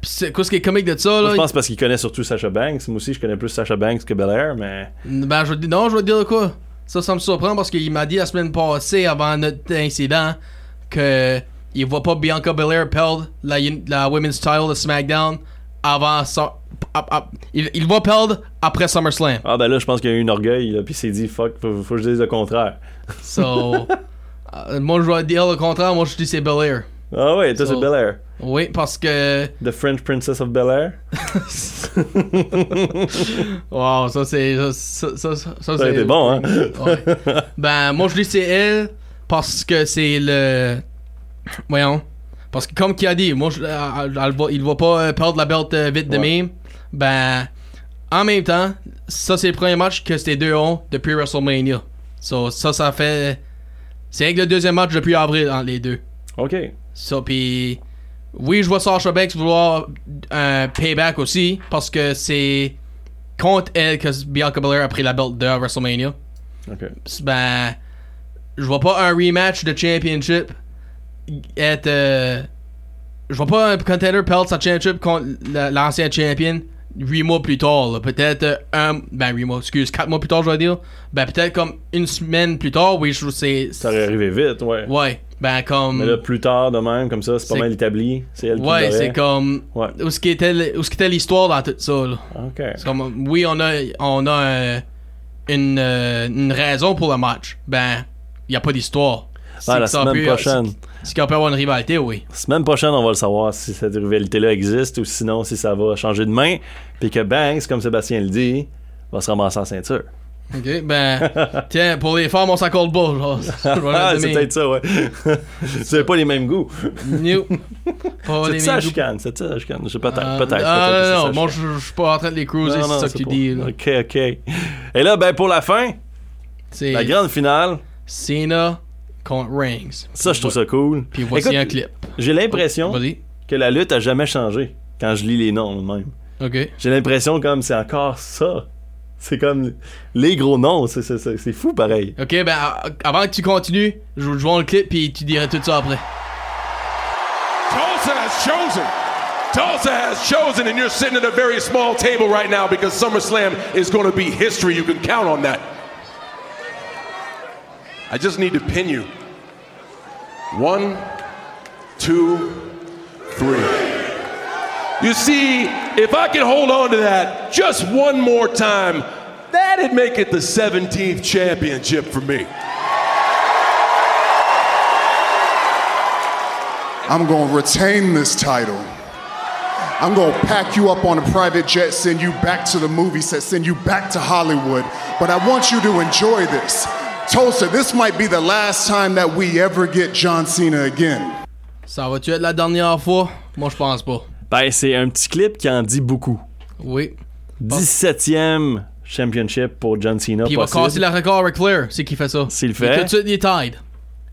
Speaker 4: Puis c'est- qu'est-ce qui est comique de ça,
Speaker 3: Moi,
Speaker 4: là
Speaker 3: je pense parce qu'il connaît surtout Sasha Banks. Moi aussi, je connais plus Sasha Banks que Belair, mais.
Speaker 4: Ben, je vais te- non, je vais te dire de quoi. Ça, ça me surprend parce qu'il m'a dit la semaine passée, avant notre incident, que il voit pas Bianca Belair perdre la, un- la Women's Title de SmackDown avant. Su- ap- ap- il, il va perdre après SummerSlam.
Speaker 3: Ah, ben là, je pense qu'il y a eu un orgueil, là. Puis il s'est dit, fuck, faut, faut que je dise le contraire.
Speaker 4: So. euh, moi, je vais dire le contraire. Moi, je dis c'est Belair.
Speaker 3: Ah ouais, toi,
Speaker 4: So-
Speaker 3: c'est Belair.
Speaker 4: Oui, parce que.
Speaker 3: The French Princess of Belair.
Speaker 4: Wow, ça, c'est. Ça, ça, ça, ça,
Speaker 3: Ça a
Speaker 4: c'est-
Speaker 3: été bon, hein?
Speaker 4: Ouais. Ben, moi, je dis c'est elle parce que c'est le. Voyons. Parce que, comme qu'il a dit, moi, je- elle- elle- elle va- il va pas euh, perdre la belt euh, vite de
Speaker 3: Ouais.
Speaker 4: même. Ben, en même temps, ça, c'est le premier match que ces deux ont depuis WrestleMania. So, ça, ça fait. C'est avec le deuxième match depuis avril entre les deux.
Speaker 3: ok.
Speaker 4: Ça, puis. Oui, je vois Sasha Banks vouloir un payback aussi, parce que c'est contre elle que Bianca Belair a pris la belt de WrestleMania.
Speaker 3: Ok.
Speaker 4: Ben. Je vois pas un rematch de championship être. euh, je vois pas un contender perdre sa championship contre la- l'ancien champion 8 mois plus tard. là. Peut-être euh, un. Ben, 8 mois, excuse, 4 mois plus tard, je vais dire. Ben, peut-être comme une semaine plus tard, oui, je trouve que c'est.
Speaker 3: Ça aurait arrivé vite, ouais.
Speaker 4: Ouais, ben, comme.
Speaker 3: Mais là, plus tard, de même, comme ça, c'est pas
Speaker 4: C'est-
Speaker 3: mal établi. C'est elle qui
Speaker 4: Ouais,
Speaker 3: l'aurait.
Speaker 4: c'est comme.
Speaker 3: Ouais. Ah.
Speaker 4: Où ce qui était le- où ce qui était l'histoire dans tout ça, là.
Speaker 3: Ok.
Speaker 4: C'est comme, oui, on a, on a euh, une, euh, une raison pour le match. Ben, il n'y a pas d'histoire. C'est
Speaker 3: la
Speaker 4: que ça
Speaker 3: semaine
Speaker 4: peut- euh,
Speaker 3: prochaine.
Speaker 4: c'est- C'est qu'on peut avoir une rivalité, oui.
Speaker 3: Semaine prochaine, on va le savoir si cette rivalité-là existe ou sinon si ça va changer de main. Puis que Banks, comme Sébastien le dit, va se ramasser en ceinture.
Speaker 4: Ok, ben, tiens, pour les femmes, on s'accorde pas. genre. Je vais
Speaker 3: Ah,
Speaker 4: le
Speaker 3: c'est
Speaker 4: nommer.
Speaker 3: peut-être ça, ouais. c'est pas les mêmes goûts.
Speaker 4: New. Pas
Speaker 3: C'est
Speaker 4: les
Speaker 3: ça,
Speaker 4: mêmes
Speaker 3: la
Speaker 4: groupes.
Speaker 3: chicane. C'est ça, la chicane. Je sais, Peut-être,
Speaker 4: Euh,
Speaker 3: peut-être. peut-être,
Speaker 4: Ah,
Speaker 3: c'est ça,
Speaker 4: non, non,
Speaker 3: la
Speaker 4: moi,
Speaker 3: chicane.
Speaker 4: je je suis pas en train de les cruiser,
Speaker 3: Non, non,
Speaker 4: c'est ça que tu
Speaker 3: pas-
Speaker 4: dis. là.
Speaker 3: Ok, ok. Et là, ben, pour la fin,
Speaker 4: C'est
Speaker 3: la grande finale.
Speaker 4: Cena contre Reigns.
Speaker 3: Ça, je trouve ça cool.
Speaker 4: Puis voici
Speaker 3: Écoute,
Speaker 4: un clip.
Speaker 3: J'ai l'impression
Speaker 4: Vas-y.
Speaker 3: que la lutte a jamais changé. quand je lis les noms même.
Speaker 4: Ok.
Speaker 3: J'ai l'impression comme c'est encore ça. C'est comme les gros noms, c'est- c'est c'est- c'est fou pareil.
Speaker 4: Ok, ben a- avant que tu continues, je je vois le clip puis tu dirais tout ça après.
Speaker 9: Tulsa has chosen. Tulsa has chosen, and you're sitting at a very small table right now because SummerSlam is going to be history. You can count on that. I just need to pin you. One, two, three. You see, if I can hold on to that just one more time, that'd make it the 17th championship for me.
Speaker 10: I'm going to retain this title. I'm going to pack you up on a private jet, send you back to the movie set, send you back to Hollywood. But I want you to enjoy this. Tulsa, this might be the last time that we ever get John Cena again.
Speaker 4: Ça va-tu être la dernière fois? Moi, je pense pas.
Speaker 3: Ben, c'est un petit clip qui en dit beaucoup.
Speaker 4: Ah. Oui.
Speaker 3: 17e championship pour John Cena.
Speaker 4: Puis il va
Speaker 3: possible.
Speaker 4: casser le record avec Flair, c'est qui fait ça.
Speaker 3: S'il le
Speaker 4: Puis Tout
Speaker 3: fait.
Speaker 4: de suite, il est tied.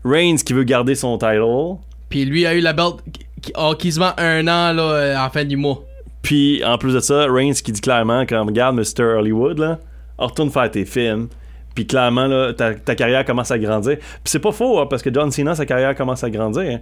Speaker 3: Reigns qui veut garder son title.
Speaker 4: Puis lui a eu la belt qui- qui- oh, quasiment un an là, euh, à la fin du mois.
Speaker 3: Puis en plus de ça, Reigns qui dit clairement comme regarde Mr. Hollywood là, retourne faire tes films. Puis clairement là, ta, ta carrière commence à grandir. Puis c'est pas faux hein, parce que John Cena sa carrière commence à grandir. hein.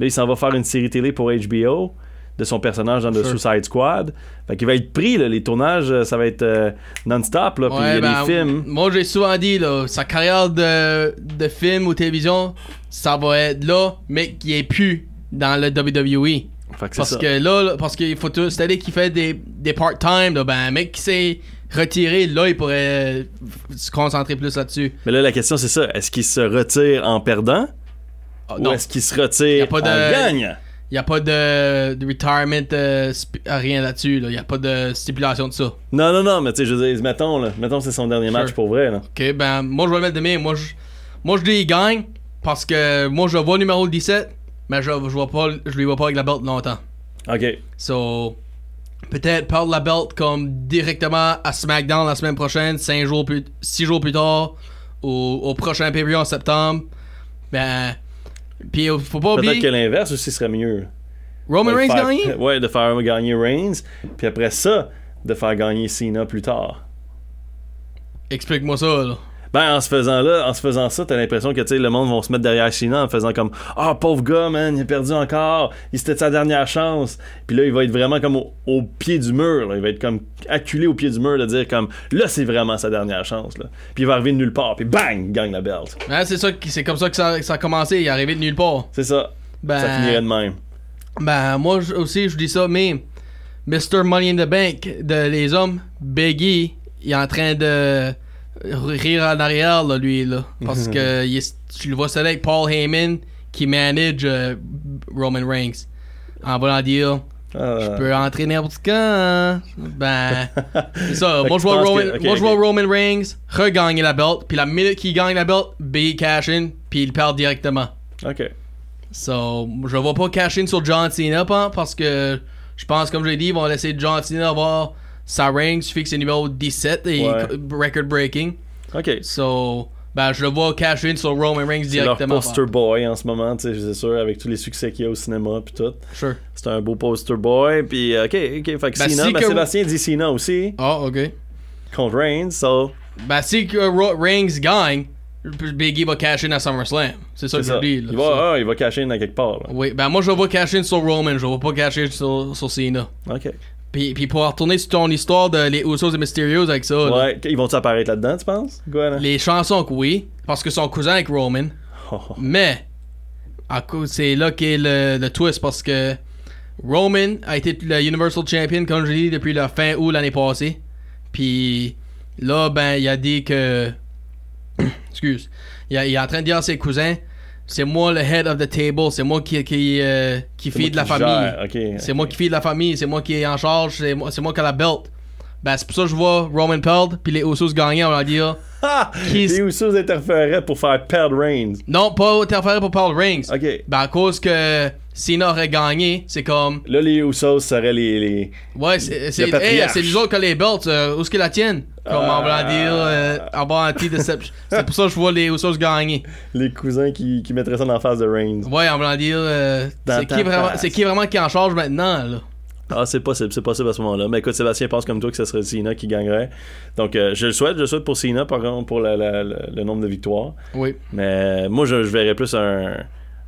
Speaker 3: Là, il s'en va faire une série télé pour HBO de son personnage dans The Suicide Squad. Fait qu'il va être pris là, les tournages euh, ça va être euh, non-stop là, puis il y a
Speaker 4: ben,
Speaker 3: des films.
Speaker 4: Moi, j'ai souvent dit, là, sa carrière de, de film ou télévision, ça va être là, mais qui est plus dans le E. WWE.
Speaker 3: Fait que c'est
Speaker 4: Parce
Speaker 3: ça.
Speaker 4: que là, là, parce qu'il faut tout. C'est-à-dire qu'il fait des, des part-time, là, ben, un mec qui s'est retiré, là, il pourrait euh, f- se concentrer plus là-dessus.
Speaker 3: Mais là la question c'est ça, est-ce qu'il se retire en perdant
Speaker 4: Ah,
Speaker 3: ou
Speaker 4: non,
Speaker 3: est-ce qu'il se
Speaker 4: Y a
Speaker 3: retire
Speaker 4: pas de-
Speaker 3: en gagnant
Speaker 4: il n'y a pas de, de retirement, euh, sp- rien là-dessus, là. Il n'y a pas de stipulation de ça.
Speaker 3: Non non non, mais tu sais je veux dire mettons là, mettons c'est son dernier match pour vrai là.
Speaker 4: Ok, ben, moi, je vais le mettre demain. Moi, je, moi, je dis, il gagne, parce que moi, je vois numéro 17, mais je, je, vois pas, je lui vois pas avec la belt longtemps.
Speaker 3: OK.
Speaker 4: So, peut-être perdre la belt comme directement à SmackDown la semaine prochaine, 5 jours plus, 6 jours plus tard, au, au prochain pay en septembre. Ben, puis euh, faut pas
Speaker 3: Peut-être que
Speaker 4: oublier,
Speaker 3: l'inverse aussi serait mieux.
Speaker 4: Roman
Speaker 3: De
Speaker 4: Reigns
Speaker 3: faire-
Speaker 4: gagné.
Speaker 3: Ouais, de faire gagner Reigns, puis après ça, de faire gagner Cena plus tard.
Speaker 4: Explique-moi ça, là.
Speaker 3: Ben, en se faisant là, en se faisant ça, t'as l'impression que tu sais, le monde va se mettre derrière Cena en faisant comme Ah, pauvre gars, man, il a perdu encore, il c'était sa dernière chance. Puis là, il va être vraiment comme au, au pied du mur, là. il va être comme acculé au pied du mur de dire comme Là, c'est vraiment sa dernière chance. Là. Puis il va arriver de nulle part, puis bang, il gagne la belt.
Speaker 4: Hein, c'est ça, qui- c'est comme ça que ça, que ça a commencé, il est arrivé de nulle part.
Speaker 3: C'est ça.
Speaker 4: Ben-
Speaker 3: Ça finirait de même.
Speaker 4: Ben, moi je- aussi, je dis ça, mais Mr. Money in the Bank de Les Hommes, Beggy, il est en train de rire en arrière, là, lui, là. Parce que il est- tu le vois seul avec Paul Heyman qui manage euh, Roman Reigns. En voulant dire,
Speaker 3: Ah.
Speaker 4: je peux entrer n'importe quand. hein. Ben, c'est ça.
Speaker 3: Fait
Speaker 4: moi,
Speaker 3: que
Speaker 4: je vois
Speaker 3: tu penses
Speaker 4: Roman,
Speaker 3: que- ok,
Speaker 4: moi, je
Speaker 3: ok.
Speaker 4: vois Roman Reigns regagner la belt, puis la minute qu'il gagne la belt, Beggy cash in, puis il perd directement.
Speaker 3: OK.
Speaker 4: So, je vais pas cacher sur John Cena pan, parce que je pense, comme je l'ai dit, ils vont laisser John Cena avoir sa ring, suffit que c'est numéro 17 et
Speaker 3: Ouais.
Speaker 4: record breaking.
Speaker 3: OK.
Speaker 4: So, ben, je le vois cacher sur Roman Reigns
Speaker 3: C'est leur
Speaker 4: directement.
Speaker 3: poster boy en ce moment, tu sais, c'est sûr, avec tous les succès qu'il y a au cinéma puis tout.
Speaker 4: pan. Sure.
Speaker 3: C'est un beau poster boy, puis ok, ok, fait que
Speaker 4: Ben,
Speaker 3: Cena,
Speaker 4: si
Speaker 3: ben,
Speaker 4: que-
Speaker 3: Sébastien dit Cena aussi,
Speaker 4: Ah, ok.
Speaker 3: contre Reigns, so,
Speaker 4: Ben, si que Ro- Reigns gagne, Biggie va cacher à SummerSlam. C'est ça
Speaker 3: c'est
Speaker 4: que je
Speaker 3: ça.
Speaker 4: dis.
Speaker 3: Il
Speaker 4: là. So-
Speaker 3: va, ah, il va cacher une à quelque part, là.
Speaker 4: Oui, ben, moi, je le vois cacher sur Roman, je le vois pas cacher sur, sur Cena.
Speaker 3: Ok.
Speaker 4: Puis, puis pour retourner sur ton histoire de les Usos et Mysterios avec ça, là,
Speaker 3: Ouais, ils vont-tu apparaître là-dedans, tu penses? hein? Quoi, là?
Speaker 4: les chansons que oui, parce que son cousin avec Roman.
Speaker 3: Oh, oh.
Speaker 4: Mais, à cause- c'est là qu'est le, le twist parce que Roman a été le Universal Champion, comme je l'ai dit, depuis la fin août l'année passée. Puis là, ben, il a dit que. Excuse. Il, a- il est en train de dire à ses cousins c'est moi le head of the table, c'est moi qui, qui, euh, qui
Speaker 3: moi
Speaker 4: feed la
Speaker 3: qui
Speaker 4: famille.
Speaker 3: gère, ok.
Speaker 4: C'est moi qui feed la famille, c'est moi qui est en charge, c'est moi, c'est moi qui a la belt. Ben, c'est pour ça que je vois Roman perdre, puis les Usos gagner, on va dire.
Speaker 3: Ah!
Speaker 4: Qui-
Speaker 3: Les Usos interféraient pour faire perdre Reigns.
Speaker 4: Non, pas interférer pour Paul Reigns.
Speaker 3: Ok.
Speaker 4: Ben, à cause que Cena aurait gagné, c'est comme.
Speaker 3: Là, les Usos seraient les... les...
Speaker 4: Ouais, c'est. c'est- Hey,
Speaker 3: patriarche.
Speaker 4: c'est nous autres qui a les belts. euh, où est-ce qu'ils la tiennent Comme on va dire, euh, avoir un petit déception. c'est pour ça que je vois les Usos gagner.
Speaker 3: les cousins qui, qui mettraient ça en face de Reigns.
Speaker 4: Ouais, on va dire. euh,
Speaker 3: Dans
Speaker 4: c'est,
Speaker 3: ta
Speaker 4: qui vraiment,
Speaker 3: face.
Speaker 4: c'est qui vraiment qui est en charge maintenant, là
Speaker 3: Ah, c'est possible, c'est possible à ce moment-là. Mais écoute, Sébastien pense comme toi que ce serait Cena qui gagnerait. Donc, euh, je le souhaite, je le souhaite pour Cena, par contre, pour la- la- la- le nombre de victoires.
Speaker 4: Oui.
Speaker 3: Mais euh, moi, je, je verrais plus un,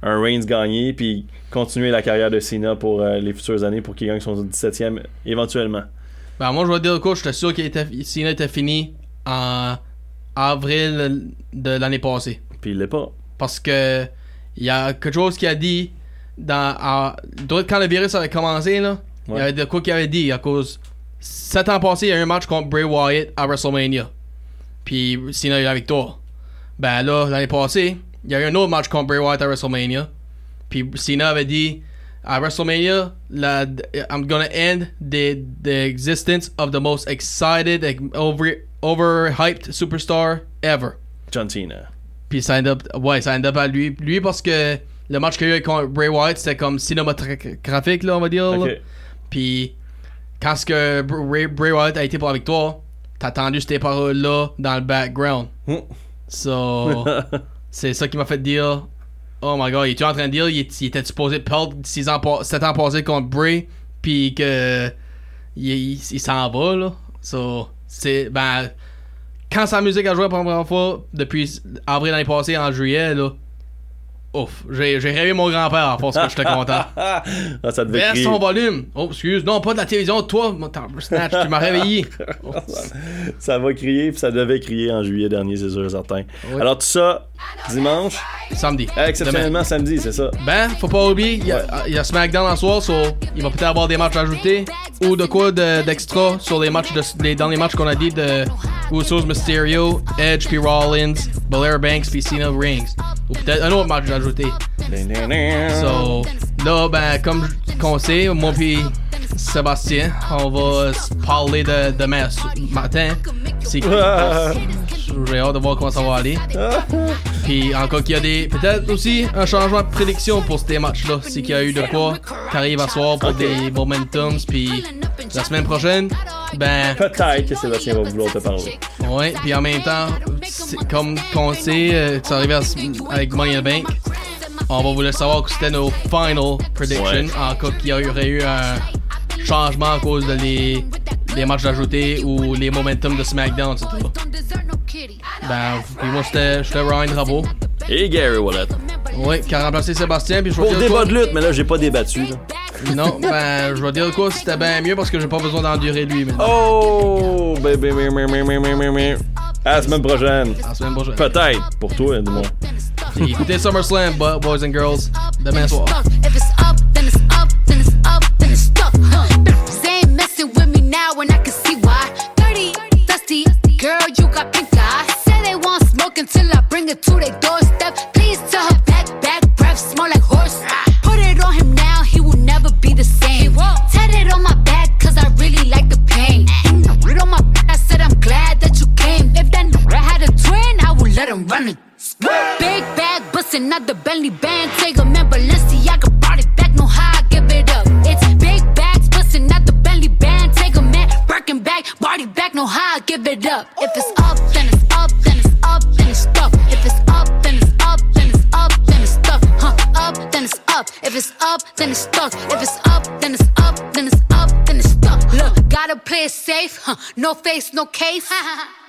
Speaker 3: un Reigns gagner, puis continuer la carrière de Cena pour euh, les futures années pour qu'il gagne son 17e éventuellement.
Speaker 4: Ben, moi, je vais dire le coach, j'étais sûr qu'il était, Cena était fini en avril de l'année passée.
Speaker 3: Puis il l'est pas.
Speaker 4: Parce que il y a quelque chose qu'il a dit dans, à- d'autres- quand le virus avait commencé, là, il y
Speaker 3: Ouais.
Speaker 4: avait de quoi qu'il avait dit à cause. Sept ans passés, il y a eu un match contre Bray Wyatt à WrestleMania. Puis Cena a eu la victoire. Ben là, l'année passée, il y a eu un autre match contre Bray Wyatt à WrestleMania. Puis Cena avait dit à WrestleMania, la, I'm gonna end the, the existence of the most excited and over, overhyped superstar ever.
Speaker 3: John Cena.
Speaker 4: Puis ça end up, ouais, ça end up à lui. Lui, parce que le match qu'il y a eu contre Bray Wyatt, c'était comme cinématographique, là, on va dire. là.
Speaker 3: Ok.
Speaker 4: Puis quand ce que Bray, Bray Wyatt a été pour la victoire, t'as entendu ces paroles-là dans le background. So, c'est ça qui m'a fait dire Oh my god, il était en train de dire il, est- il était supposé perdre 6 ans, 7 ans passés contre Bray, puis que il, il- il s'en va, là. So, c'est. Ben, quand sa musique a joué pour la première fois, depuis avril l'année passée, en juillet, là. Ouf, j'ai j'ai rêvé mon grand-père en force que j'étais content.
Speaker 3: Ah, ça devait
Speaker 4: Baisse
Speaker 3: crier.
Speaker 4: ton volume. Oh, excuse. Non, pas de la télévision. Toi, mon snatch, tu m'as réveillé. Oh,
Speaker 3: Ça va crier, puis ça devait crier en juillet dernier, c'est sûr et certain. Alors, tout ça, dimanche,
Speaker 4: samedi.
Speaker 3: exceptionnellement samedi, c'est ça.
Speaker 4: Ben, faut pas oublier, il y, a- il y a SmackDown en soir, so il va peut-être avoir des matchs ajoutés ou de quoi de- d'extra sur les matchs de, les, dans les matchs qu'on a dit de Usos Mysterio, Edge puis Rollins, Belair Banks puis Cena Rings. Ou peut-être un autre match ajouté. So, là, ben, comme je- qu'on sait, moi puis Sébastien, on va se parler de demain s- matin. C'est J'ai hâte de voir comment ça va aller. Puis encore qu'il y a des. Peut-être aussi un changement de prédiction pour ces matchs-là. C'est qu'il y a eu de quoi t'arrives à soir pour des momentums. Puis la semaine prochaine, ben.
Speaker 3: Peut-être que Sébastien va vouloir te parler.
Speaker 4: Ouais, puis en même temps, c'est comme qu'on sait, euh, que ça arrivait à s- avec Money in the Bank, on va vouloir savoir que c'était nos final predictions
Speaker 3: Ouais.
Speaker 4: en cas qu'il y aurait eu un changement à cause de les, les matchs ajoutés ou les momentum de SmackDown, etc. Ben, puis moi, c'était j'étais Ryan Rabot.
Speaker 3: Et Gary Wallet.
Speaker 4: Ouais, qui a remplacé Sébastien, puis je vais
Speaker 3: Pour
Speaker 4: dire
Speaker 3: débat
Speaker 4: quoi-
Speaker 3: de lutte, mais là, j'ai pas débattu. là.
Speaker 4: Non, ben, je vais dire quoi, c'était bien mieux parce que j'ai pas besoin d'endurer lui, mais
Speaker 3: Oh, baby, mi, mi, mi, mi, mi, mi, mi. À la semaine prochaine.
Speaker 4: la semaine prochaine.
Speaker 3: Oh! Peut-être, pour toi, du moins.
Speaker 4: Écoutez SummerSlam, bo- boys and girls, demain soir.
Speaker 2: If it's up, then it's up, then it's up, then it's stuck. They ain't messing with me now, and I can see why. Dirty, dusty, girl, you got pink eye. Say they want smoke until I bring it to their doorstep. Please tell her back, back, breath, smell like horse. Put it on him now, he will never be the same. Tat it on my back, cause I really like the pain. Read on my back, I said I'm glad that you came. If that nigga had a twin, I would let him run it. Big bag bustin' out the Bentley band. Take a man, Balenciaga brought it back. No how I give it up. It's big bags bustin' out the Bentley band. Take a man, Birkin back, body back. No how I give it up. If it's up, then it's up, then it's up, then it's stuck. If it's up, then it's up, then it's up, then it's stuck. Huh? Up, then it's up. If it's up, then it's stuck. If it's up, then it's up, then it's up, then it's stuck. Look, gotta play it safe. Huh? No face, no case.